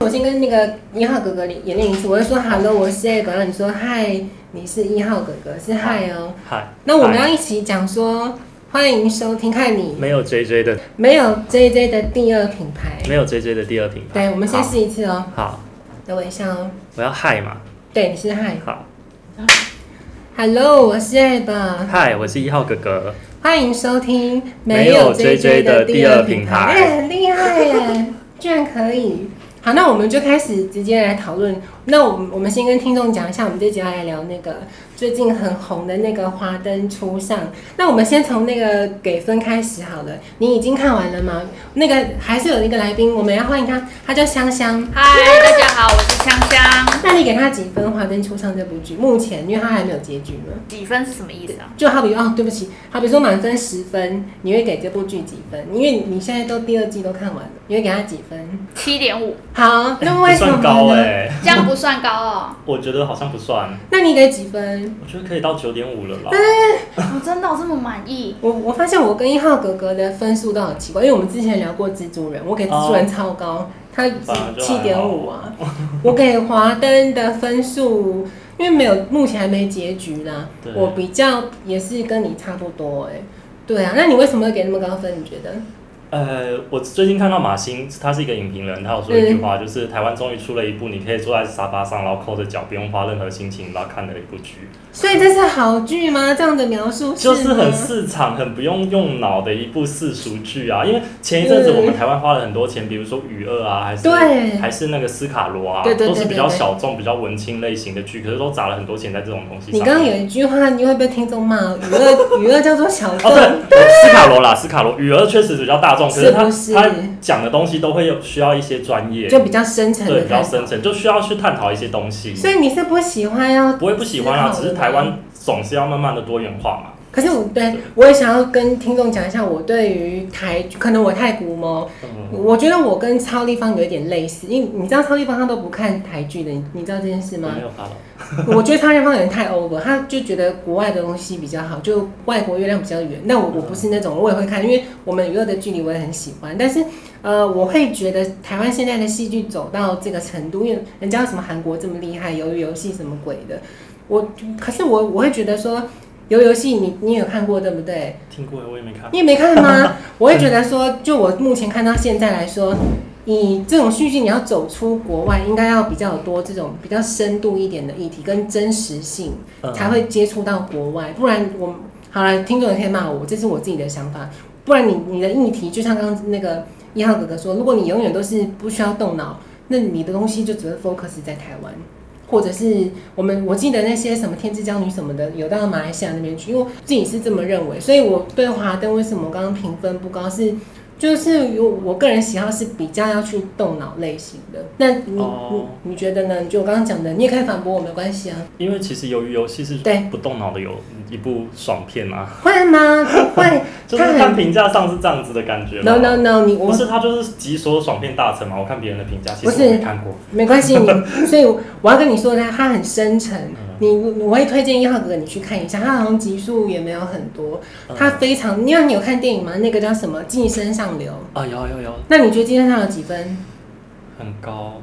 我先跟那个一号哥哥演练一次，我会说 “hello”，我是 A 哥，然后你说 “hi”，你是一号哥哥，是 “hi” 哦。嗨，那我们要嗨一起讲说，欢迎收听，看你没有 JJ 的，没有 JJ 的第二品牌。没有 JJ 的第二品牌。对，我们先试一次哦，好。好，等我一下哦。我要嗨嘛。对，你是 Hi。好， Hello，我是 A 吧，嗨，我是一号哥哥。欢迎收听没有 JJ 的第二品牌哎很厉害耶， 居然可以。好，那我们就开始直接来讨论。那我们我们先跟听众讲一下，我们这集要来聊那个最近很红的那个《华灯初上》。那我们先从那个给分开始好了。你已经看完了吗？那个还是有一个来宾，我们要欢迎他，他叫香香。嗨，大家好，我是香香。那你给他几分《华灯初上》这部剧？目前，因为他还没有结局嘛。几分是什么意思啊？就好比哦，对不起，好比说满分十分，你会给这部剧几分？因为你现在都第二季都看完了，你会给它几分？七点五，好，那为不什么呢算高哎、这样不算高哦。我觉得好像不算，那你给几分？我觉得可以到九点五了哎啦。我哦真的我这么满意？我我发现我跟一号哥哥的分数都好奇怪，因为我们之前聊过蜘蛛人，我给蜘蛛人超高，他本来就七点五还啊，我给华灯的分数，因为没有目前还没结局啦对，我比较也是跟你差不多哎、对啊，那你为什么会给那么高分？你觉得？呃，我最近看到马欣，他是一个影评人，他有嗯说一句话，就是台湾终于出了一部你可以坐在沙发上，然后扣着脚，不用花任何心情，然后看的一部剧，所以这是好剧吗？这样的描述就是吗很市场、很不用用脑的一部世俗剧啊。因为前一阵子嗯我们台湾花了很多钱，比如说《雨二》啊，还是对还是那个《斯卡罗》啊，对对对都是比较对对小众、比较文青类型的剧，可是都砸了很多钱在这种东西上你面。刚刚有一句话，你会被听众骂，娱乐 娱乐叫做小众。哦，对，斯卡罗啦，斯卡罗，雨儿确实比较大众，可是是他不是他讲的东西都会有需要一些专业，就比较深层对的比较感受，深层，就需要去探讨一些东西。所以你是不喜欢要不会不喜欢思啊，考只的是台湾总是要慢慢的多元化嘛。可是我对我也想要跟听众讲一下，我对于台可能我太古某，嗯，我觉得我跟超立方有一点类似，因为你知道超立方他都不看台剧的，你你知道这件事我吗没？有发了。 我觉得超立方有点太 over，他就觉得国外的东西比较好，就外国月亮比较圆。那我我不是那种，我也会看，因为我们娱乐的距离我也很喜欢。但是呃，我会觉得台湾现在的戏剧走到这个程度，因为人家为什么韩国这么厉害，鱿鱼游戏什么鬼的，我可是我我会觉得说。游游戏你你也有看过对不对？听过我也没看。你也没看吗？我会觉得说，就我目前看到现在来说，以这种戏剧你要走出国外，应该要比较多这种比较深度一点的议题跟真实性。嗯才会接触到国外，不然我好了，听众也可以骂我，这是我自己的想法。不然你你的议题，就像刚刚那个一号哥哥说，如果你永远都是不需要动脑，那你的东西就只会 focus 在台湾，或者是我们我记得那些什么天之娇女什么的，有到马来西亚那边去，因为我自己是这么认为，所以我对华灯为什么刚刚评分不高是。就是我我个人喜好是比较要去动脑类型的，那你、哦你你觉得呢？就我刚刚讲的，你也可以反驳我，没关系啊。因为其实由于游戏是对不动脑的有一部爽 片嘛，，会吗？不会 就是他看很评价上是这样子的感觉嘛。 no no no，你我不是他就是集所有爽片大成嘛，我看别人的评价，其不实是我没看过。没关系，你所以我要跟你说，他他很深沉。嗯你我会推荐一号哥哥你去看一下，他好像集数也没有很多，嗯他非常。你为你有看电影吗？那个叫什么《寄生上流》？啊有有有，那你觉得《寄生上流》几分？很高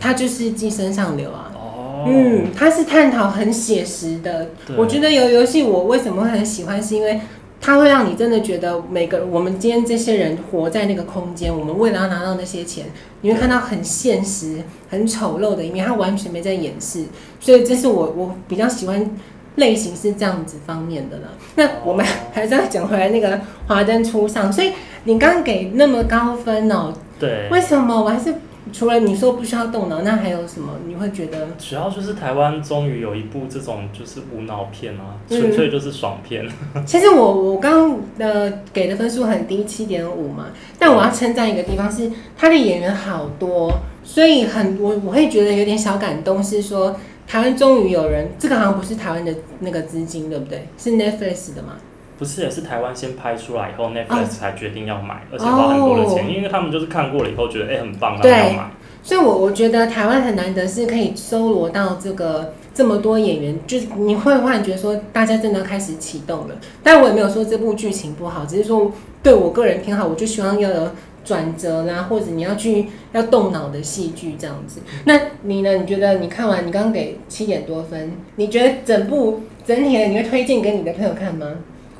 他就是《寄生上流》啊。哦。嗯，它是探讨很写实的对。我觉得有游戏我为什么会很喜欢，是因为它会让你真的觉得每个我们今天这些人活在那个空间，我们为了要拿到那些钱，你会看到很现实、很丑陋的一面，它完全没在掩饰。所以这是我我比较喜欢类型是这样子方面的了。哦那我们还是要讲回来那个华灯初上，所以你刚刚给那么高分哦、对。为什么？我还是除了你说不需要动脑，那还有什么你会觉得？主要就是台湾终于有一部这种就是无脑片啊，嗯纯粹就是爽片。 其实我我刚呃给的分数很低，七点五嘛，但我要称赞一个地方是他的演员好多，所以很我我会觉得有点小感动，是说台湾终于有人，这个好像不是台湾的那个资金对不对？是 Netflix 的嘛？不是，也是台湾先拍出来以后哦，Netflix 才决定要买，而且花很多的哦钱，因为他们就是看过了以后觉得哎、很棒，他们要买。所以我，我觉得台湾很难得是可以搜罗到这个这么多演员，就是你会忽然觉得说，大家真的开始启动了。但我也没有说这部剧情不好，只是说对我个人偏好，我就希望要有转折啦，或者你要去要动脑的戏剧这样子。嗯那你呢？你觉得你看完，你刚刚给七点多分，你觉得整部整体的你会推荐给你的朋友看吗？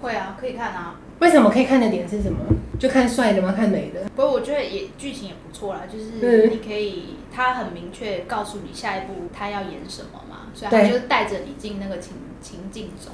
会啊，可以看啊。为什么可以看的点是什么？就看帅的吗？看美的？不过我觉得也剧情也不错啦，就对是你可以，他很明确告诉你下一步他要演什么嘛，所以他对就是带着你进那个情情境中。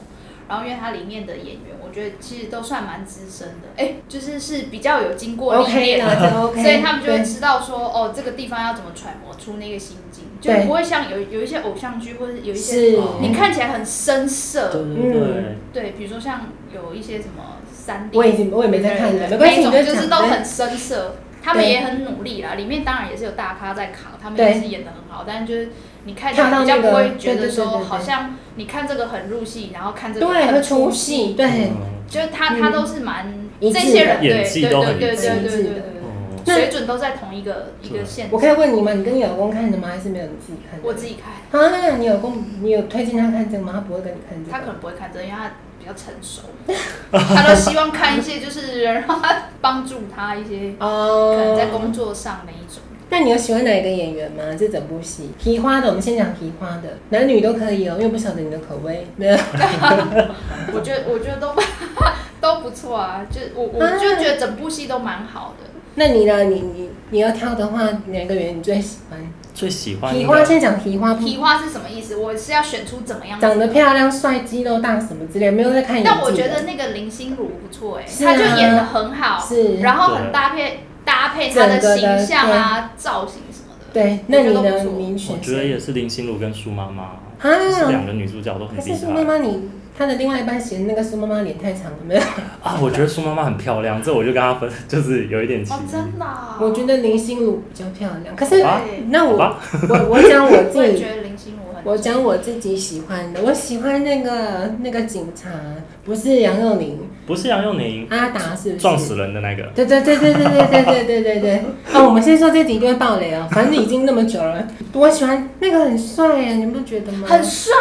然后因为它里面的演员，我觉得其实都算蛮资深的，哎，就是是比较有经过历 OK 练啦 这，OK，所以他们就会对知道说，哦，这个地方要怎么揣摩出那个心境，就对不会像有有一些偶像剧或者有一些是哦你看起来很生涩，对对对，嗯对，比如说像有一些什么三 D 我已经我也没在看对了，没对关系，每你种就就是讲。都对很生涩，他们对也很努力啦。里面当然也是有大咖在扛，他们对也是演的很好，但就是你看起来看到比较那个不会觉对对得对说对对好像你看这个很入戏，然后看这个对，很会出，戏，对。嗯就是他嗯他都是蛮一这致的些人对演技对都对很对对一致对对对哦那对，水准都在同一个一个线。我可以问你吗？你跟你老公看的吗？还是没有你自己看的？我自己看，啊，你有公，你有推荐他看这个吗？他不会跟你看这个。他可能不会看这个，因为他比较成熟，他都希望看一些就是人让他帮助他一些可能在哦。工作上的一种。那你有喜欢哪一个演员吗？这整部戏，皮花的，我们先讲皮花的，男女都可以哦，因为不晓得你的口味。没有，我觉得我觉得都 都不错啊，就我我就觉得整部戏都蛮好的。那你呢？你你你要挑的话，哪个演员你最喜欢？最喜欢皮应花该先讲皮花，不提花是什么意思？我是要选出怎么样？长得。漂亮、帅、肌肉大什么之类，没有在看演技的。但我觉得那个林心如不错哎、是啊她就演的很好，是然后很搭配搭配她的形象啊、造型什么的。对，那你我觉得呢？都不错你选我觉得谁？也是林心如跟苏妈妈，啊就是两个女主角都很可厉是苏妈害妈你，她的另外一半嫌那个苏妈妈脸太长了没有？啊！我觉得苏妈妈很漂亮，这我就跟她分， 就是有一点歧哦，义。真的啊、我觉得林心如比较漂亮。可是好吧那好我吧我我讲 我我自也己，觉得林心如很。我讲我自己喜欢的，我喜欢那个那个警察，不是杨佑宁，不是杨佑宁阿达是不啊是？撞死人的那个，对对对对对对对对对对 对。啊，我们先说这集一定会爆雷哦，反正已经那么久了。我喜欢那个很帅啊耶，你不觉得吗？很，帅，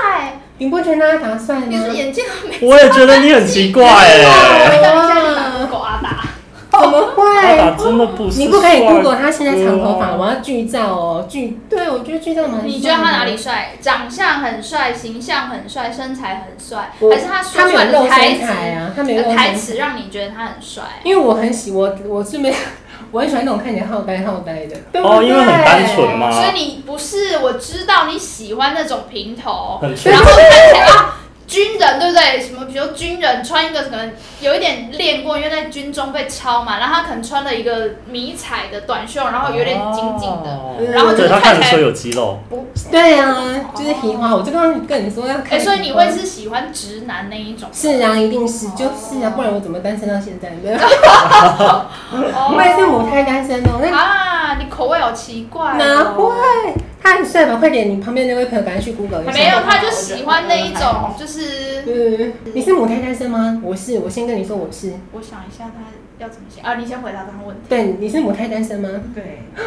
你不觉得阿达帅吗？你说眼镜很美。我也觉得你很奇啊怪哎、我等一下你打 Google 阿达，怎么阿会？达真的不是，哎你不可以 Google 他现在长头发，，我要剧照哦，剧。对，我觉得剧照蛮。你觉得他哪里？帅？长相很帅，形象很帅，身材很帅，我还是他说出来没有的露台身词？材啊，他没有露身台材。词让你觉得他很帅？因为我很喜我我是没有， 我很喜欢那种看起来好呆好呆的。对不哦因为很对单纯吗所以你不是，我知道你喜欢那种平头，很然后 看起来啊，军人对不对？什么，比如军人穿一个可能有一点练过，因为在军中被抄嘛，然后他可能穿了一个迷彩的短袖，然后哦有点紧紧的。的然后就哦对是他看看得起来出有肌 肉，对啊，就是皮花，我就刚刚跟你说要哎、看。所以你会？是喜欢直男那一种？是啊，一定是，就是啊，哦不然我怎么单身到现在？没有，哦， 我也是母胎单身哦。那啊，你口味好奇怪、哦。哪会？他很帅吧？快点，你旁边那位朋友赶快去 Google 一下。没有，他就喜欢那一我觉得种，就是嗯，你是母胎单身吗？我是，我先跟你说我是。我想一下他要怎么写啊？你先回答他的问题。对，你是母胎单身吗？对，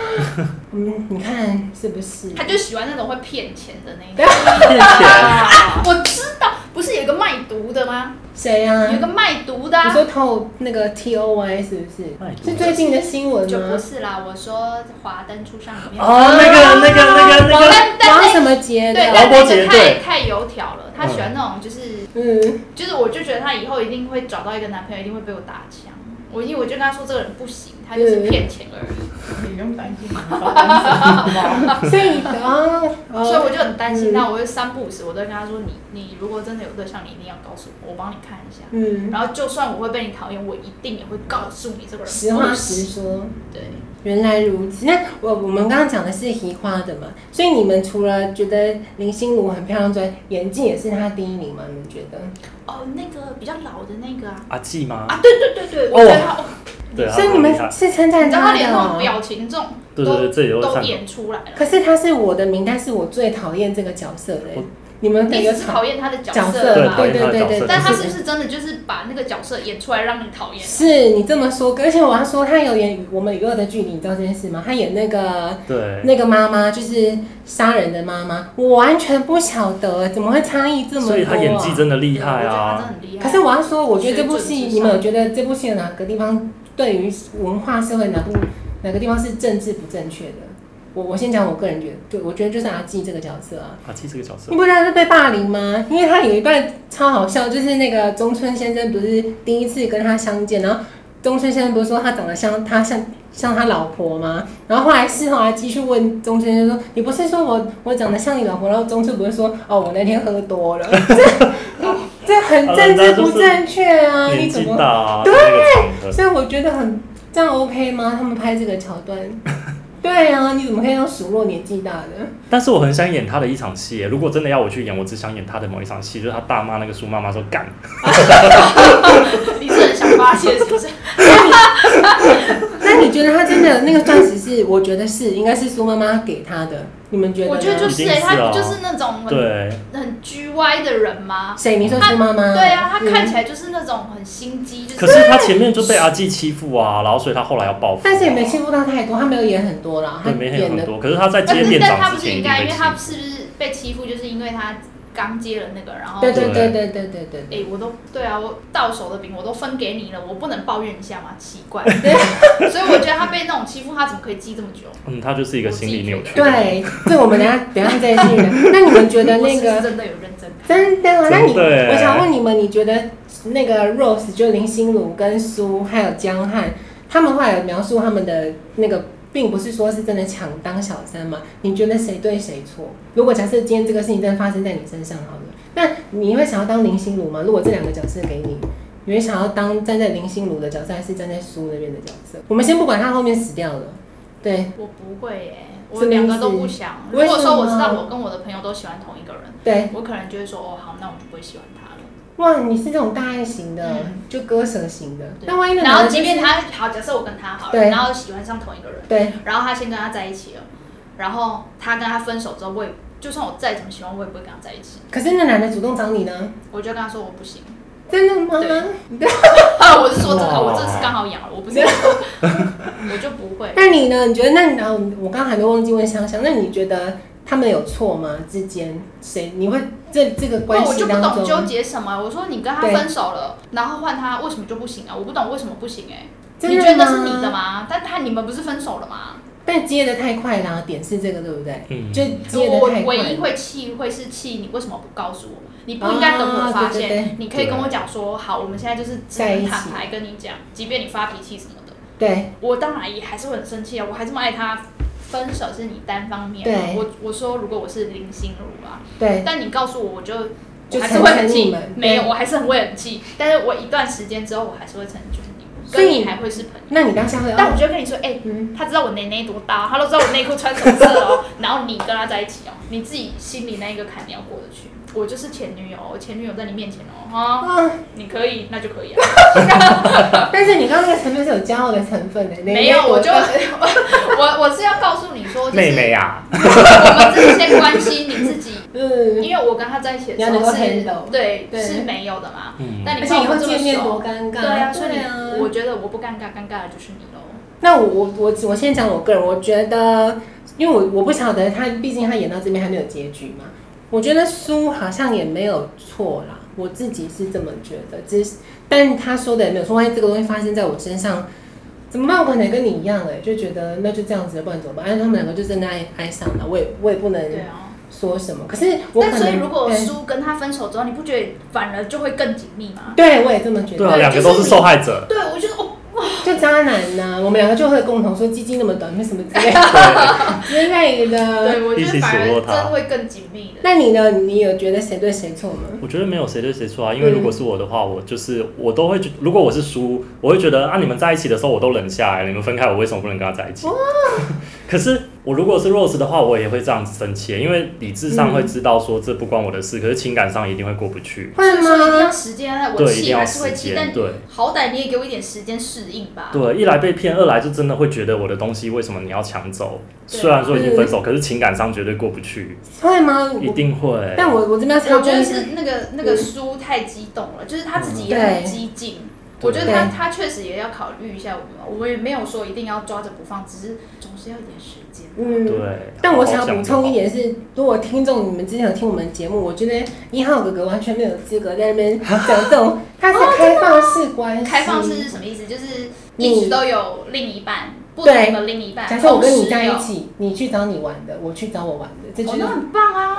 嗯，你看是不是？他就喜欢那种会骗钱的那一对种。 骗钱，啊，我知道，不是有一个卖毒的吗？谁呀、有一个卖毒的、你啊，说透那个 T O Y 是不是？哎是最近的新闻就不吗？是啦。我说《华灯初上》里面，哦，那个那个那个那王个，但但王那什么杰啊对，的？但王那伯杰个对太太油条了。他喜欢那种，就是嗯，就是，我就觉得他以后一定会找到一个男朋友，一定会被我打枪。我因为我就跟他说，这个人不行，他就是骗钱而已，你不用担心，你找单身好不好？所以啊，所以哦，我就很担心嗯他。我就三不五时，我都跟他说，你你如果真的有对象，你一定要告诉我，我帮你看一下。嗯，然后就算我会被你讨厌，我一定也会告诉你这个人实话不实行说，对。原来如此。那我我们刚刚讲的是移花的嘛，所以你们除了觉得林心如很漂亮之外，演技也是她第一名嘛？你们觉得？哦，那个比较老的那个啊，阿纪吗？啊，对对对对，我觉得他，哦、对，他所以你很厉害们是称你赞知道他她连的那种哦。表情这种对对对，这里都都看演出来了。可是她是我的名单，是我最讨厌这个角色的欸我。你们你每个只是讨讨厌他的角角色色对嘛？讨厌对她的对角对对，色但他可是不是真的就是把那个角色演出来让你讨厌？是你这么说，而且我要说，他有演我们《与恶的距离》，你知道这件事吗？他演那个对，那个妈妈，就是杀人的妈妈，我完全不晓得，怎么会差异这么多、啊？所以他演技真的厉害我觉得他真的啊！很厉害。可是我要说，我觉得这部戏水准之上你们有觉得这部戏有哪个地方对于文化社会哪部哪个地方是政治不正确的。我我先讲我个人觉得，对我觉得就是阿纪这个角色啊，阿七这个角色你，不觉得他是被霸凌吗？因为他有一段超好笑，就是那个中村先生不是第一次跟他相见，然后中村先生不是说他长得像他像像他老婆吗？然后后来事后还继续问中村先生说：“你不是说我我长得像你老婆？”然后中村不是说：“哦，我那天喝多了。 这”这很政治不正确啊！你年怎纪么大啊，在那个场合，所以我觉得很这样 OK 吗？他们拍这个桥 段，对啊，你怎么可以让数落年纪大的？但是我很想演他的一场戏耶，如果真的要我去演，我只想演他的某一场戏，就是他大骂那个苏妈妈说干，你是很想发泄是不是？那你觉得他真的那个钻石是？我觉得是，应该是苏妈妈给他的。你们 觉得呢？我觉得就已是经哎、是他了不就是那种很啊对，很 G Y 的人吗？谁？你说苏妈妈？对啊，他看嗯起来就是那种很心机，就可是是他前面就被阿纪欺负啊，然后所以他后来要报复啊，嗯但是也没欺负到太多，他没有演很多啦，他对，没演演很的多，可是他在但接是店但他长不之是前应一定该，因被为欺他负，是不是被欺负，就是因为他刚接了那个，然后对哎、对对对对对对对对。我都对啊，我到手的饼我都分给你了，我不能抱怨一下吗？奇 怪，啊所以我觉得他被那种欺负，他怎么可以记这么久？嗯，他就是一个心理扭曲，对，这我们等一下等一下再去聊。那你们觉得我是那不是个真的有认真，真的啊？那你真的耶我想问你们，你觉得那个 Rose 就林心如跟苏还有江汉，他们后来有描述他们的那个，并不是说是真的抢当小三嘛？你觉得谁对谁错？如果假设今天这个事情真的发生在你身上好了，那你会想要当林心如吗？如果这两个角色给你，你会想要当站在林心如的角色，还是站在苏那边的角色？我们先不管他后面死掉了，对我不会耶、我什么意思两个都不想。如为什么果说我知道我跟我的朋友都喜欢同一个人，对，我可能就会说哦好，那我就不会喜欢他了。哇，你是这种大爱型的，嗯就割舍型的，对那万一那然男后的即就是便他好，假设我跟他好了，对然后喜欢上同一个人，对然后他先跟他在一起了，然后他跟他分手之后，我也就算我再怎么喜欢，我也不会跟他在一起。可是那男的主动找你呢？我就跟他说我不行，真的吗？ 啊，我是说这个，哇我这是刚好养了，我不是，我就不会。那你呢？你觉得那你哦我刚刚还没忘记问香香，那你觉得他们有错吗？之间谁你会这这个关那我系就不当懂纠中，结什么。我说你跟他对分手了，然后换他，为什么就不行啊？我不懂为什么不行哎、真你的觉得那是你的吗？吗？但他你们不是分手了吗？但接的太快啦，点是这个对不对？嗯，就接我的太快唯一了。会气会是气你为什么不告诉我？你不应该等我发啊现，对对对你可以跟我讲说好，我们现在就是只在一能起坦白跟你讲，即便你发脾气什么的，对我当然也还是会很生气啊，我还这么爱他。分手是你单方面对的，我我说如果我是林心如啊，对，但你告诉我，我就就我还是会很成全你气们，没有，对我还是很会很气，但是我一段时间之后，我还是会成全你，所以跟你还会是朋友。那你当下会但我哦，就跟你说，哎、嗯，他知道我内内多大，他都知道我内裤穿什么色 哦。然后你跟他在一起哦，你自己心里那一个坎你要过得去。我就是前女友，我前女友在你面前哦，哈，啊，你可以，那就 可以啊。但是你刚刚那个层面是有骄傲的成分的，没有，我就 我我我是要告诉你说，就是妹妹啊，我们这些关系你自己，嗯，因为我跟他在一起的你要时能候够是 handle，对对是没有的嘛。嗯，那你而看且以我后这么见面熟多，尴尬，对啊，所以对啊你我觉得我不尴尬，尴尬的就是你喽。那我我我我先讲我个人，我觉得，因为我我不晓得他，毕竟他演到这边还没有结局嘛。我觉得苏好像也没有错啦，我自己是这么觉得。只是，但他说的也没有说，万一这个东西发生在我身上，怎么办？我可能跟你一样哎、就觉得那就这样子，不然怎么办？哎，他们两个就真的爱爱上了，我也我也不能对啊。说什么。可是我可但能，哎所以如果对苏跟他分手之后，你不觉得反而就会更紧密吗？对我也这么觉对得，啊，对两个就是都是你受害 者， 对，我觉得哦，就渣男呐、我们两个就会共同说鸡鸡那么短，为什么之类 之类的。对我觉一得起反而数落真他的会更紧密的。那你呢？你有觉得谁对谁错吗？我觉得没有谁对谁嗯错啊，因为如果是我的话，我就是我都会觉，如果我是输，我会觉得啊，你们在一起的时候我都忍下来，你们分开我为什么不能跟他在一起？ 可是我如果是 Rose 的话，我也会这样子生气，因为理智上会知道说这不关我的事，可是情感上一定会过不去。会所以说一定要吗？时间，我对，一定气要还是时会气，间。但对好歹你也给我一点时间适应吧。对，一来被骗，二来就真的会觉得我的东西为什么你要抢走？对啊虽然说已经分手，可是情感上绝对过不去，会吗？一我定会。但我我这边要插嗯我播觉得一是下，那个那个苏太激动了，就是他自己也嗯对很激进。我觉得对他他确实也要考虑一下我们，我也没有说一定要抓着不放，只是总是要一点时间。对嗯。，但我想好要像补充就一好，点是，如果听众你们之前啊 哦有听我们节目，我觉得一号哥哥完全没有资格在那边讲这种，他是开放式关系开放式是什么意思？就是一直都有另一半，不同的另一半。假设我跟你在一同时起，你去找你玩的，我去找我玩的，这有，就哦，是那很棒啊！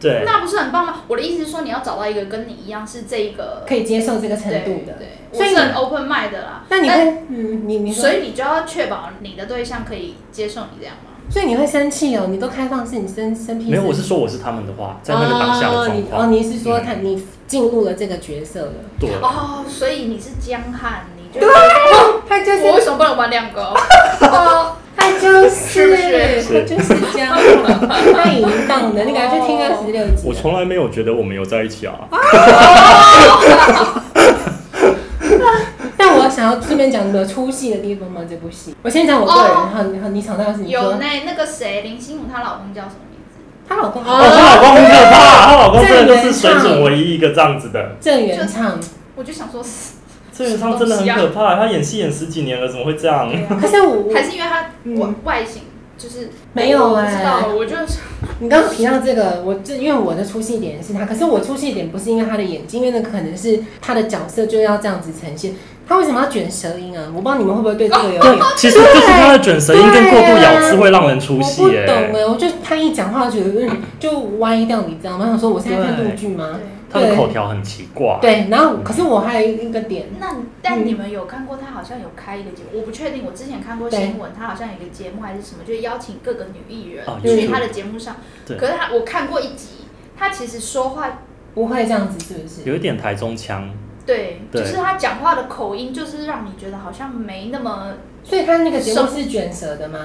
对，那不是很棒吗？我的意思是说，你要找到一个跟你一样是这一个可以接受这个程对度的。对，我所以是很 open mind 的啦。那你会，嗯，你你说所以你就要确保你的对象可以接受你这样吗？所以你会生气哦？你都开放式，你生生屁？没有，我是说我是他们的话，在那个当下的哦状你哦，况，你是说他你进入了这个角色了？对，哦，所以你是江汉，你就他就我为什么不能玩 两个？哦，他就是是不是他就是这样，他已经到了，你赶快去听二十六集。哦我从来没有觉得我们有在一起啊。哦但我想要顺便讲你们有出戏的地方吗？这部戏，我先讲我个人，哦好，你好，你抢到是你有说呢，那个谁，林心如她老公叫什么名字？她老公哦，她老公很可怕，她老公真的就是水郑元畅准唯一一个这样子的。郑元畅，我就想说，是郑元畅真的很可怕，他演戏演十几年了，怎么会这样？可是我我还是因为她嗯外外形就是没有我哎不知道，我就你刚刚提到这个，我这因为我的出戏点是他，可是我出戏点不是因为他的眼睛，因为那可能是他的角色就要这样子呈现。他为什么要卷舌音啊？我不知道你们会不会对这个有对点。，其实就是他的卷舌音跟过度咬字会让人出我戏不耶、懂哎、我就他一讲话，我觉得嗯就歪掉，你知道吗？我想说我现在看陆剧吗？他的口条很奇怪。对，然后可是我还有一个点，那但你们有看过他好像有开一个节目，我不确定，我之前看过新闻，他好像有一个节目还是什么，就邀请各个女艺人哦去有他的节目上。对可是他我看过一集，他其实说话不会这样子是不是？有一点台中腔，对，对就是他讲话的口音，就是让你觉得好像没那么所以他那个节目是卷舌的吗？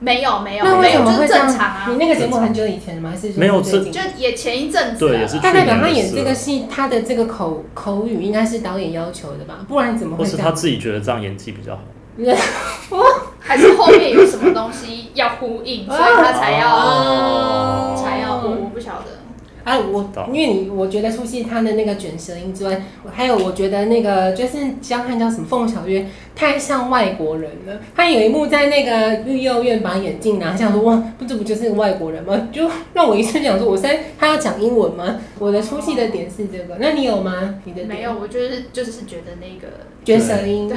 没有没有那为没什有，就么会是这样？正常啊你，那个节目很久以前的吗？还是说没有是最是近就也前一阵子对了也是但代表他演这个戏，他的这个口口语应该是导演要求的吧？不然怎么或会是这他样？自己觉得这样演技比较好。还是后面有什么东西要呼 应，所以他才要哦才要，我我不晓得，哎、我懂因为你我觉得出戏他的那个卷舌音之外，我还有我觉得那个就是江汉叫什么凤小岳太像外国人了。他有一幕在那个育幼院把眼镜拿下，说哇，不这不就是外国人吗？就让我一瞬想说，我现在他要讲英文吗？我的出戏的点是这个，那你有吗？你的点没有，我就是就是觉得那个。卷舌音，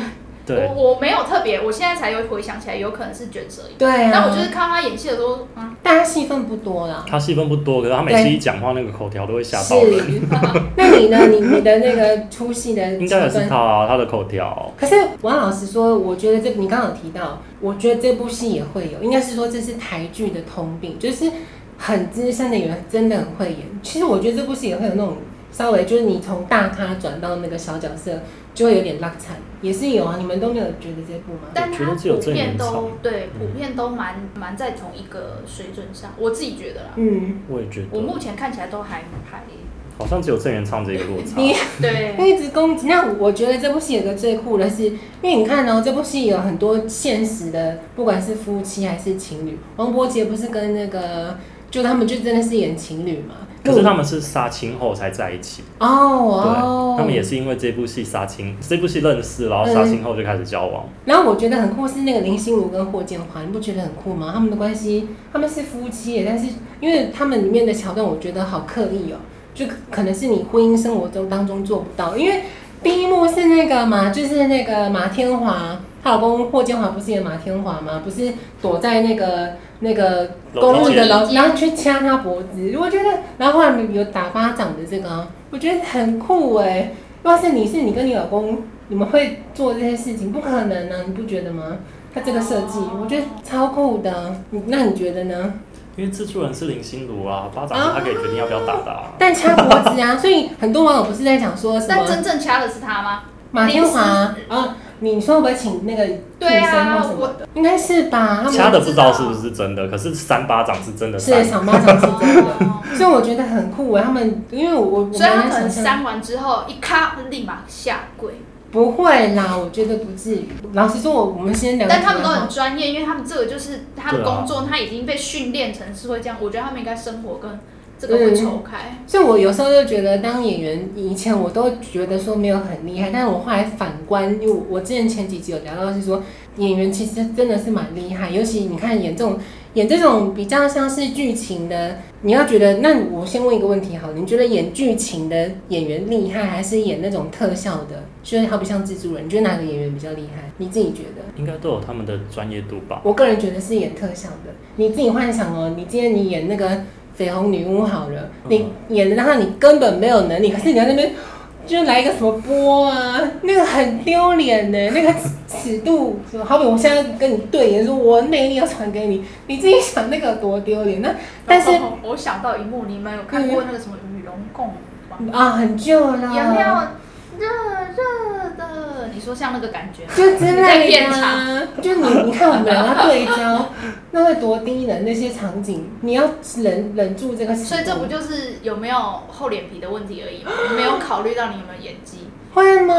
对，我我没有特别，我现在才有回想起来，有可能是卷舌音。对啊，但我就是看他演戏的时候，啊，但他戏份不多啦。他戏份不多，可是他每次一讲话那个口条都会吓到人。是， 那你呢？你你的那个出戏的应该也桥段是他、啊，他的口条。可是王老师说，我觉得这你刚刚有提到，我觉得这部戏也会有，应该是说这是台剧的通病，就是很资深的演员真的很会演。其实我觉得这部戏也会有那种稍微就是你从大咖转到那个小角色，就会有点拉惨，也是有啊。你们都没有觉得这部吗？但觉他得只有普郑遍元畅都对，嗯普遍都蛮蛮在同一个水准上，我自己觉得啦。嗯，我也觉我得，目前看起来都还还好像只有郑元畅这个落差。 嗯你对，一直攻击。那我觉得这部戏有个最酷的是，因为你看哦、这部戏有很多现实的，不管是夫妻还是情侣。王伯杰不是跟那个，就他们就真的是演情侣嘛？可是他们是杀青后才在一起，哦对，哦，他们也。是因为这部戏杀青，这部戏认识，然后杀青后就开始交往。然后我觉得很酷是那个林心如跟霍建华，你不觉得很酷吗？他们的关系，他们是夫妻耶，但是因为他们里面的桥段，我觉得好刻意哦、就可能是你婚姻生活中当中做不到，因为第一幕是那个嘛，就是那个马天华，她老公霍建华不是演马天华吗？不是躲在那个那个 公寓的楼楼，梯间然后去掐他脖子，我觉得，然后后来有打巴掌的这个啊，我觉得很酷哎、要是你是你跟你老公，你们会做这些事情？不可能啊，你不觉得吗？他这个设计，我觉得超酷的。你那你觉得呢？因为制作人是林心如啊，巴掌是他可以决定要不要打的、啊。但掐脖子啊，所以很多网友不是在讲说什但么真正掐的是他吗？马天华啊，你说会不会请那个替对身啊或什 么的？应该是吧？他掐们的不知道是不是真的，可是三巴掌是真的是扇。小巴掌是真 的，哦所以我觉得很酷哎。他们因为我我我所以他蛮可难能想象，删完之后一咔，立马下跪。不会啦，我觉得不至于。老实说，我我们先聊个题但外话。他们都很专业，因为他们这个就是他的对啊工作，他已经被训练成是会这样。我觉得他们应该生活跟这个会嗯抽开。所以我有时候就觉得当演员，以前我都觉得说没有很厉害，但是我后来反观，因为我我之前前几集有聊到是说，演员其实真的是蛮厉害，尤其你看演这种演这种比较像是剧情的你要觉得，那我先问一个问题好了，你觉得演剧情的演员厉害，还是演那种特效的？就是好比像蜘蛛人，你觉得哪个演员比较厉害？你自己觉得？应该都有他们的专业度吧。我个人觉得是演特效的。你自己幻想哦，你今天你演那个绯红女巫好了，你演的让你根本没有能力，可是你在那边就来一个什么波啊，那个很丢脸呢，那个尺度，好比我现在跟你对演，说我内力要传给你，你自己想那个有多丢脸？那但是哦我想到一幕，你们有看过那个什么与龙共舞吗？啊，很旧了，哦有没有热热的？你说像那个感觉吗？就之在类片的、啊，就你你看我们两个对焦，那会多低能那些场景，你要忍忍住这个尺度，所以这不就是有没有厚脸皮的问题而已吗？没有考虑到你有没有演技。会吗？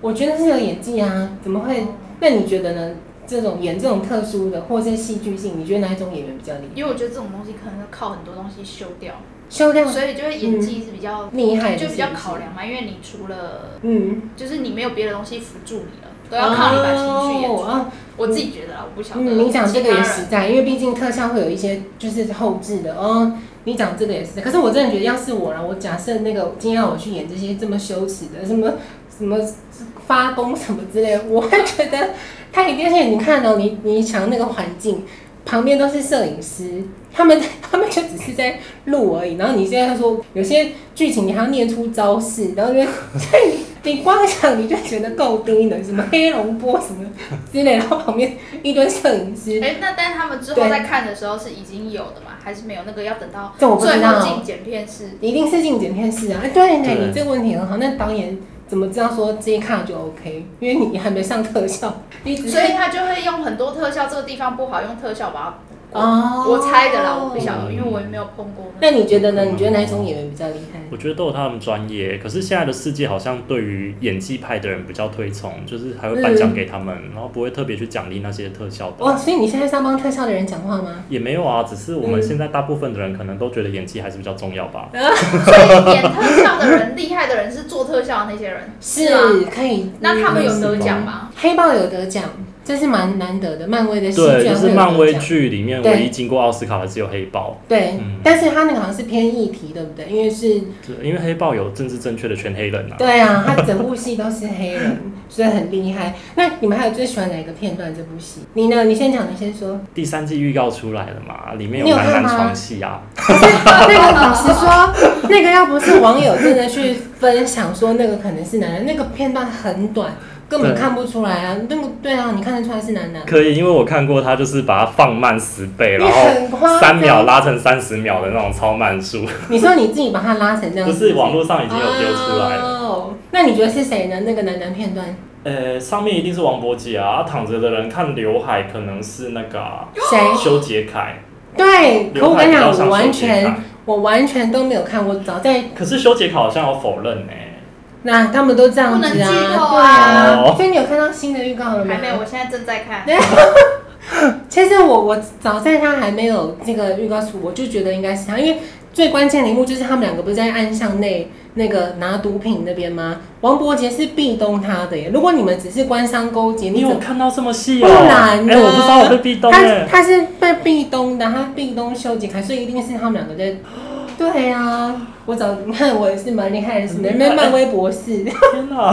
我觉得是有演技啊，怎么哦会？那你觉得呢？这种演这种特殊的或者戏剧性，你觉得哪一种演员比较厉害？因为我觉得这种东西可能要靠很多东西修掉，修亮所以就会演技是比较、嗯厉害的就比较是不是考。量嘛。因为你除了嗯，就是你没有别的东西辅助你了，都要靠你把情绪演出哦来。啊我自己觉得啦，我不晓得。嗯，你讲这个也其他实人，在，因为毕竟特效会有一些就是后置的哦。你讲这个也是，可是我真的觉得，要是我啦，我假设那个今天要我去演这些这么羞耻的，什么什么发功什么之类的，我会觉得他一定是你看到、你你想那个环境，旁边都是摄影师，他们 他们就只是在录而已。然后你现在说有些剧情你还要念出招式，然后就 所以你你光想你就觉得够低能，什么黑龙波什么之类，然后旁边一堆摄影师，哎、那但是他们之对后在看的时候是已经有的嘛，还是没有？那个要等到这我不知最后道进，剪片是一定是进剪片室啊。哎，对呢，对你这个问题很好。那导演怎么知道说这一卡就 OK？因为你还没上特效，你只是所以他就会用很多特效，这个地方不好用特效把它。哦嗯我猜的啦，我不晓得，因为我也没有碰过。那你觉得呢？你觉得哪一种演员比较厉害？我觉得都有他们专业，可是现在的世界好像对于演技派的人比较推崇，就是还会颁奖给他们，然后不会特别去奖励那些特效嗯哇，的。所以你现在是要帮特效的人讲话吗？也没有啊，只是我嗯们现在大部分的人可能都觉得演技还是比较重要吧。所以演特效的人，厉害的人是做特效的那些 人，是吗？可以。啊那他们有得奖吗？黑豹有得奖，这是蛮难得的。漫威的戏对，居就然会是有漫得威奖。剧里面对唯一经过奥斯卡的只有黑豹，对，嗯但是他那个好像是偏议题，对不对？因为是，对，因为黑豹有政治正确的全黑人啊。对啊，他整部戏都是黑人，所以很厉害。那你们还有最喜欢哪一个片段？这部戏，你呢？你先讲，你先说。第三季预告出来了嘛，里面你有有男看男吗床戏啊，那个老实说， 那个要不是网友真的去分享说那个可能是男人，那个片段很短，根本对看不出来啊。那个对啊，你看得出来是男男。可以，因为我看过他，就是把它放慢十倍，你然很夸后张三秒拉成三十秒的那种超慢速，你说你自己把它拉成这样不子，是网络上已经有丢出来了。哦，那你觉得是谁呢？那个男男片段呃，上面一定是王伯杰啊，躺着的人看刘海可能是那个啊谁？修杰楷，对，可刘我海跟你比较讲，像我修完杰全楷。我完全都没有看，我早在可是修杰楷好像有否认呢、那他们都这样子不能啊，剧透对啊啊。哦所以你有看到新的预告了吗？还没有，我。现在正在嗯看。其实我我早在他还没有这个预告出，我就觉得应该是他，因为最关键的一幕就是他们两个不是在暗巷内那个拿毒品那边吗？王伯杰是壁咚他的耶。如果你们只是官商勾结，哎你你怎有么？看到这么细不哦、然呢哎、我不知道我被壁 咚他哎、他是被壁咚的，他壁咚修杰楷，所以一定是他们两个在。 对啊，我早你看 我也是蛮厉害的，是很厉害漫漫威博士。天哪、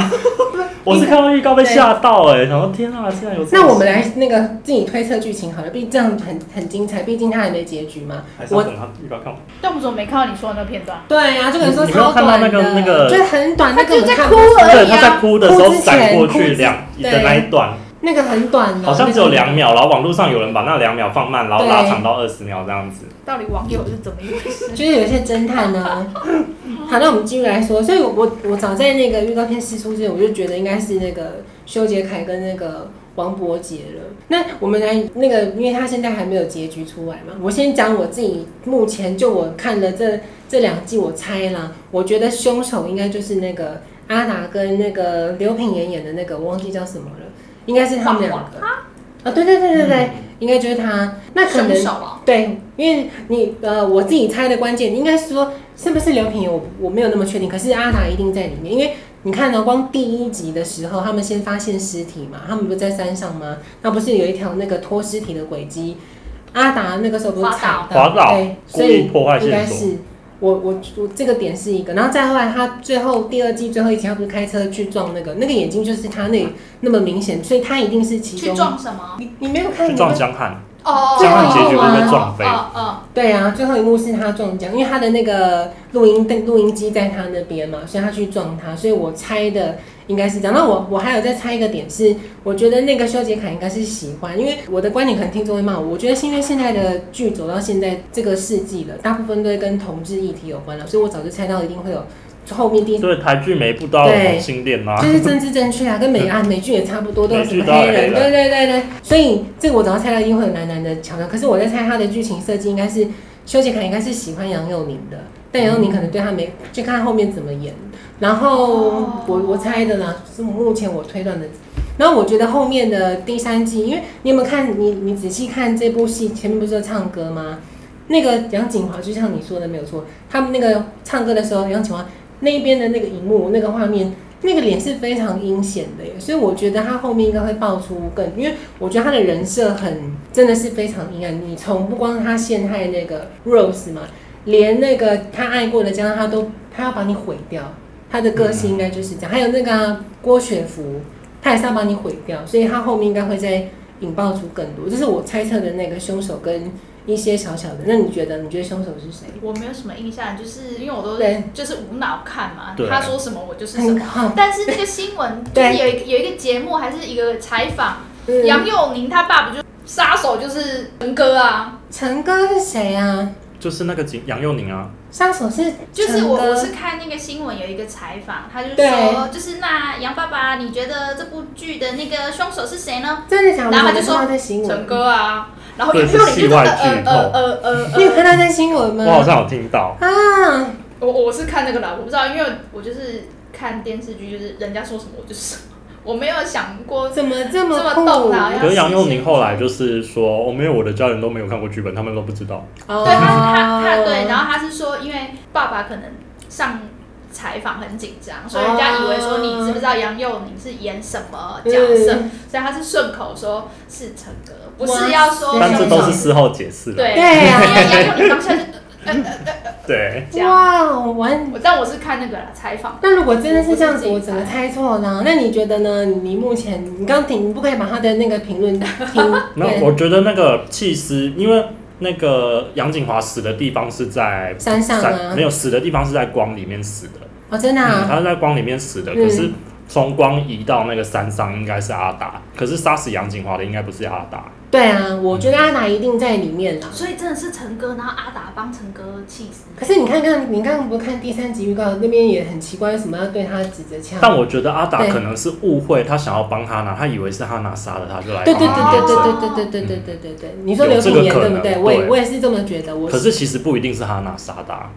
我是看到预告被吓到哎、然后天哪、竟然有这么 那我们细来那个自己推测剧情好了，毕竟这样很很精彩，毕竟它还没结局嘛。还是要我等他预告看完。但我怎么没看到你说的那片段？对呀、啊，这个人说你你没有超短的，看到那个那个就是很啊短，那个就在我看哭不出来而对，已他在啊。哭的时候哭之前闪过哭之去两对的那一段，那个很短的，好像只有两秒。秒，然后网络上有人把那两秒放慢，然后对拉长到二十秒这样子。到底网友是怎么一回事？就是有一些侦探呢、 啊。好，那我们继续来说，所以我我我早在那个预告片试出之前，我就觉得应该是那个修杰楷跟那个王伯杰了。那我们来那个，因为他现在还没有结局出来嘛，我先讲我自己目前就我看了这这两季，我猜啦，我觉得凶手应该就是那个阿达跟那个刘品言演的那个，我忘记叫什么了，应该是他们两个。啊，对对对对对，应该就是他。那可能嗯凶手啊对，因为你呃，我自己猜的关键应该是说是不是刘品言，我我没有那么确定，可是阿达一定在里面，因为你看呢，光第一集的时候，他们先发现尸体嘛，他们不是在山上吗？那不是有一条那个拖尸体的轨迹？阿达那个时候不是踩到滑倒对，故所意以破坏应该线索是我我我这个点是一个，然后再后来他最后第二季最后一集他不是开车去撞那个那个眼睛就是他那那么明显，所以他一定是其去中。撞什么？你你没有看去你撞们江汉，哦，这样结局会被撞飞哦哦，对啊，最后一幕是他撞奖，因为他的那个录音灯、录音机在他那边嘛，所以他去撞他，所以我猜的应该是这样。那我我还有再猜一个点是，我觉得那个修杰楷应该是喜欢，因为我的观点可能听众会骂我，我觉得是因为现在的剧走到现在这个世纪了，大部分都会跟同志议题有关了，所以我早就猜到一定会有后面第。所以台剧每一部都要有对同性恋啊就。是政治正确啊，跟美啊美剧也差不多，都有美什剧么都有黑人，黑人对对对对，所以这个我早要猜到一定会有男男的桥段。可是我在猜他的剧情设计应该是修杰楷应该是喜欢杨佑宁的，但杨佑宁可能对他没，就看后面怎么演。然后哦我我猜的啦，是目前我推断的。然后我觉得后面的第三季，因为你有没有看你你仔细看这部戏，前面不是有唱歌吗？那个杨景华就像你说的没有错，他们那个唱歌的时候，杨景华那一边的那个荧幕那个画面，那个脸是非常阴险的耶，所以我觉得他后面应该会爆出更，因为我觉得他的人设很真的是非常阴暗。你从不光他陷害那个 Rose 嘛，连那个他爱过的江他都他要把你毁掉，他的个性应该就是这样。还有那个啊、郭雪芙，他也是要把你毁掉，所以他后面应该会再引爆出更多。这是我猜测的那个凶手跟一些小小的。那你觉得？你觉得凶手是谁？我没有什么印象，就是因为我都对就是无脑看嘛对，他说什么我就是什很么。好，但是那个 新闻就是对有一个有一个节目还是一个采访，嗯杨佑宁他爸不就杀手就是陈哥啊？陈哥是谁啊？就是那个景杨佑宁啊，杀手是就是我陈哥我是看那个新闻有一个采访，他就是说对就是那杨爸爸，你觉得这部剧的那个凶手是谁呢？真的假的？然后他就你有说看到这新陈闻，哥啊，然后对杨佑宁就真的是戏外呃剧透哦呃呃呃你有呃，看到这新闻吗？我好像有听到，啊，我我是看那个啦，我不知道，因为我就是看电视剧，就是人家说什么我就是什么，我没有想过怎么这么这么酷？动脑要可是杨佑宁后来就是说，哦，没有，我的家人都没有看过剧本，他们都不知道。哦对他他他对，然后他是说，因为爸爸可能上采访很紧张，所以人家以为说你知不知道杨佑宁是演什么角色，嗯所以他是顺口说是陈哥，不哇是要说但这凶都是手事后解释了。对对啊因为杨佑宁当下就呃呃呃呃对，这样。哇，我完。我但我是看那个啦采访，那如果真的是这样子，我我不是自己怎么猜错嗯呢？那你觉得呢？你你目前你刚听，你不可以把他的那个评论听 那对我觉得那个弃尸，因为那个杨景华死的地方是在山上山，啊没？有死的地方是在光里面死的，哦，真的嗯，他啊？是在光里面死的，嗯可是。从光移到那个山上，应该是阿达，可是杀死杨景华的应该不是阿达，对啊，我觉得阿达一定在里面啦。所以真的是陈哥，然后阿达帮陈哥气死。可是你看看，你刚刚不是看第三集预告那边也很奇怪，为什么要对他指着枪？但我觉得阿达对可能是误会，他想要帮哈娜，他以为是哈娜杀了他，就来对帮对他对灭对罪。对对对对对对对对，你说刘品言对不对？我也我也是这么觉得。我可是其实不一定是哈娜杀的啊、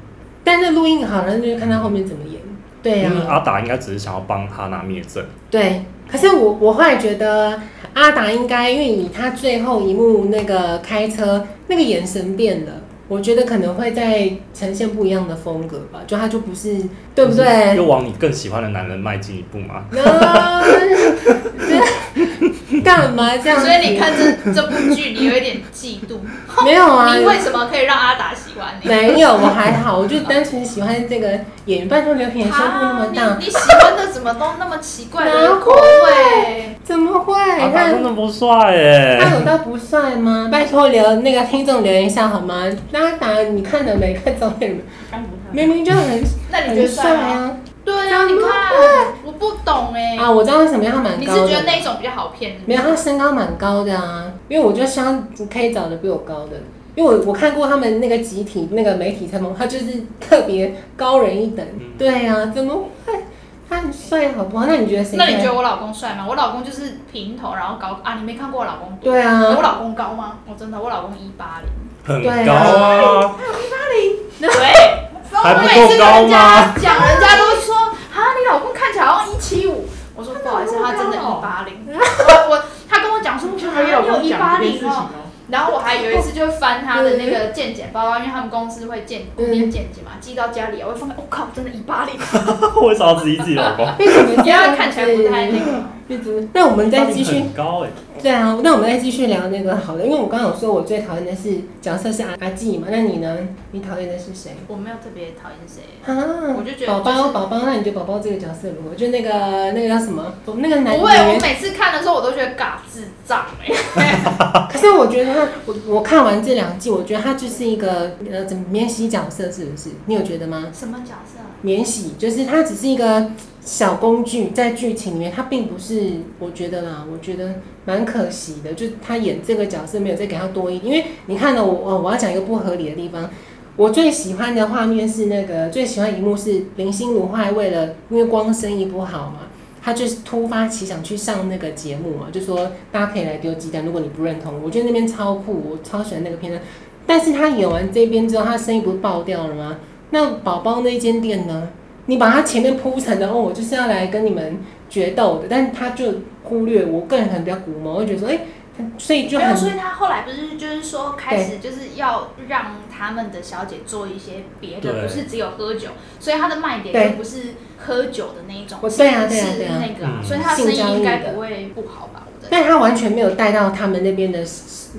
但那录音好了，那就看他后面怎么演。对啊呀、因为阿达应该只是想要帮哈娜灭罪。对。可是我我后来觉得阿达应该，因为以他最后一幕那个开车那个眼神变了，我觉得可能会再呈现不一样的风格吧，就他就不是对不对？又往你更喜欢的男人迈进一步嘛。啊这 干嘛这样子？ 所以你看这这部剧，你有一点嫉 妒，没有啊？你为什么可以让阿达喜欢 你？没有，我还好，我就单纯喜欢这个演员。拜托，刘品言胸部那么大，你你喜欢的怎么都那么奇怪的哪口味？怎么会？阿达真那的不帅耶、那有到不帅吗？拜托留那个听众留言一下好吗？那当然，你看的每个总演看不看？明明就很那你觉很得帅帅吗？ 啊！对啊，你看，我不懂哎、啊，我知道为什么样他蛮你是高觉得的，那一种比较好骗？没有他身高蛮高的啊，因为我就希望你可以找的比我高的。因为我我看过他们那个集体那个媒体采访，他就是特别高人一等。嗯对啊，怎么会？他很帅，好不好？那你觉得谁那你帅觉得我老公帅吗？我老公就是平头，然后高啊，你没看过我老公多？对啊我，老公高吗？我真的，我老公一八零。很对啊高啊， 对，还我不每次够跟高人吗？家讲，人家都说啊，你老公看起来好像一七五。我说不好意思，他真的一八零。 我我他跟我讲说，就哇还你有有跟我一讲八这件事零情哦。哦，然后我还有一次就翻他的那个健检包啊，因为他们公司会健嗯念健检嘛，寄到家里啊，我会放在，我、靠，真的一八零，我想要质疑自己老公。 为什么 因为他看起来不太那个。日子。那我们再差继异续，很高哎、对啊，那我们再继续聊那个好的，因为我刚刚有说我最讨厌的是角色是阿阿纪嘛，那你呢？你讨厌的是谁？我没有特别讨厌谁，啊，我就觉宝得就宝是宝宝，那你觉得宝宝这个角色如何？就那个那个叫什么？那个男不演会，我员。每次看的时候我都觉得嘎智障 哎、可是我觉得他，我我看完这两季，我觉得他就是一个呃，怎么免洗角色是不是？你有觉得吗？什么角色？啊免洗就是他只是一个小工具，在剧情里面，他并不是我觉得啦，我觉得蛮可惜的，就他演这个角色没有再给他多一点。因为你看到我，我我要讲一个不合理的地方。我最喜欢的画面是那个最喜欢一幕是林心如后来为了因为光生意不好嘛，他就是突发奇想去上那个节目嘛，就说大家可以来丢鸡蛋，如果你不认同，我觉得那边超酷，我超喜欢那个片段。但是他演完这边之后，他生意不是爆掉了吗？那宝宝那间店呢？你把它前面铺成的哦，我就是要来跟你们决斗的，但他就忽略我个人可能比较古毛，我会觉得说，哎、所以就没有，所很以他后来不是就是说开始就是要让他们的小姐做一些别的，对不是只有喝酒，所以他的卖点对就不是喝酒的那一种，我是对啊对啊是对啊那个啊，嗯所以他的生性交易意应该的不会不好吧？我在但他完全没有带到他们那边的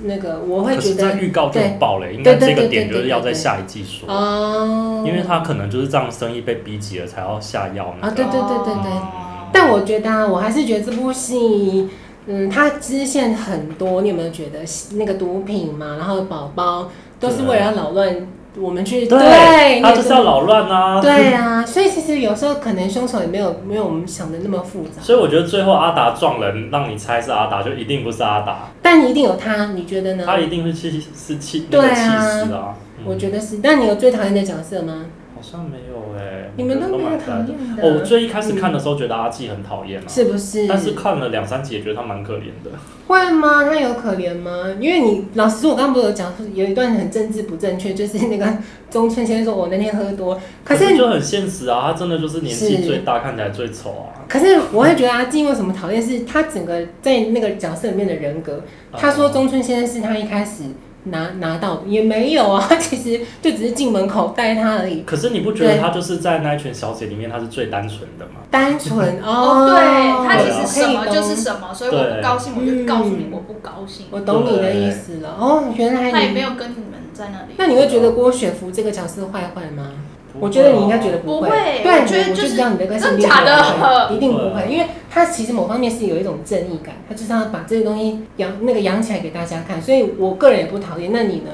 那个，我会可是觉在得预告就对很爆雷，应该对这对个对点对就是对要对在下一季说，哦，因为他可能就是这样生意被逼急了才要下药那啊，个嗯对对对对对。哦但我觉得、啊，我还是觉得这部戏，嗯，它支线很多。你有没有觉得那个毒品嘛，然后宝宝都是为了要扰乱我们去对，你他也就是这么要扰乱啊。对啊，所以其实有时候可能凶手也没有没有我们想的那么复杂， 所以我觉得最后阿达撞人，让你猜是阿达，就一定不是阿达，但一定有他，你觉得呢？他一定是气是气那嗯对个啊气势啊。嗯我觉得是。那你有最讨厌的角色吗？好像没有哎，你们都没有嗯蛮讨的。厌的，哦，我最一开始看的时候觉得阿纪很讨厌啊，是不是？但是看了两三集也觉得他蛮可怜嗯的。会吗？他有可怜吗？因为你老实说，我刚刚不是有讲，有一段很政治不正确，就是那个中村先生说我那天喝多，可是就很现实啊，他真的就是年纪是最大，看起来最丑啊。可是我会觉得阿静为什么讨厌，是他整个在那个角色里面的人格。他说中村先生是他一开始拿拿到的，也没有啊，他 其实就只是进门口带他而已，可是你不觉得对他就是在那一群小姐里面，他是最单纯的吗？单纯哦哦，对他其对啊实什么就是么。什么，所以我不高兴我就告诉你我不高兴，嗯我懂你的意思了。哦，原来他也你，没有跟你们在那里。那你会觉得郭雪芙这个角色坏坏吗？啊我觉得你应该觉得不不会，会对，我觉得我就是知道你的个性真一定假的 不 会一定不不会会，因为他其实某方面是有一种正义感，他就是要把这个东西扬那个扬起来给大家看，所以我个人也不讨厌。那你呢？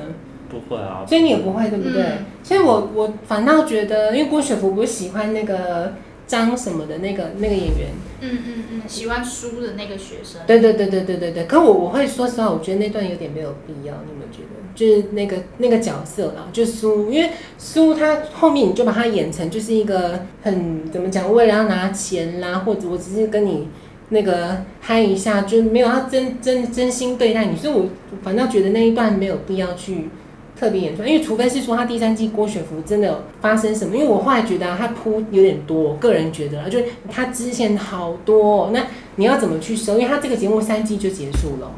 不会啊，所以你也不会，对不对？嗯所以我我反倒觉得，因为郭雪芙不是喜欢那个张什么的那个那个演员，嗯嗯嗯，喜欢输的那个学生，对对对对对对对。可我我会说实话，我觉得那段有点没有必要，你们觉得？就是那个那个角色啦，就苏，因为苏他后面你就把他演成就是一个很怎么讲，为了要拿钱啦，或者我只是跟你那个嗨一下，就没有要真真真心对待你，所以我我反倒觉得那一段没有必要去。特别演出来，因为除非是说他第三季郭雪芙真的有发生什么，因为我后来觉得、啊、他铺有点多，我个人觉得啦，就是他支线好多、哦，那你要怎么去收？因为他这个节目三季就结束了哦，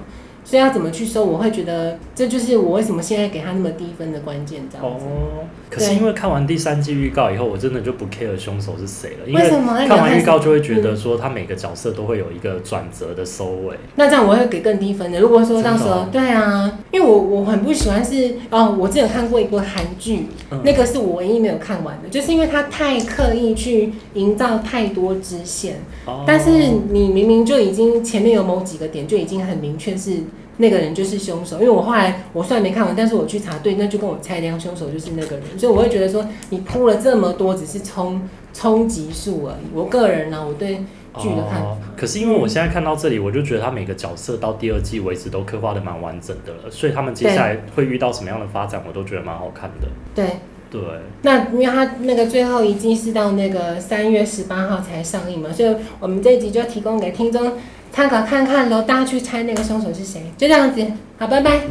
所以要怎么去收？我会觉得这就是我为什么现在给他那么低分的关键，这样子。哦。可是因为看完第三季预告以后，我真的就不 care 凶手是谁了，因为什么那你要看完预告就会看什么觉得说他每个角色都会有一个转折的收尾。那这样我会给更低分的。如果说到时真的候哦，对啊，因为我我很不喜欢是哦，我之前有看过一部韩剧，嗯那个是我唯一没有看完的，就是因为他太刻意去营造太多支线，哦但是你明明就已经前面有某几个点就已经很明确是那个人就是凶手，因为我后来我虽然没看完，但是我去查对，那就跟我猜量凶手就是那个人，所以我会觉得说你铺了这么多，只是冲冲集数而已。我个人呢、我对剧的看法，哦。可是因为我现在看到这里，我就觉得他每个角色到第二季为止都刻画的蛮完整的了，所以他们接下来会遇到什么样的发展，我都觉得蛮好看的。对。对，那因为它那个最后一季是到那个三月十八号才上映嘛，所以我们这一集就提供给听众参考看看喽，大家去猜那个凶手是谁，就这样子，好，拜拜。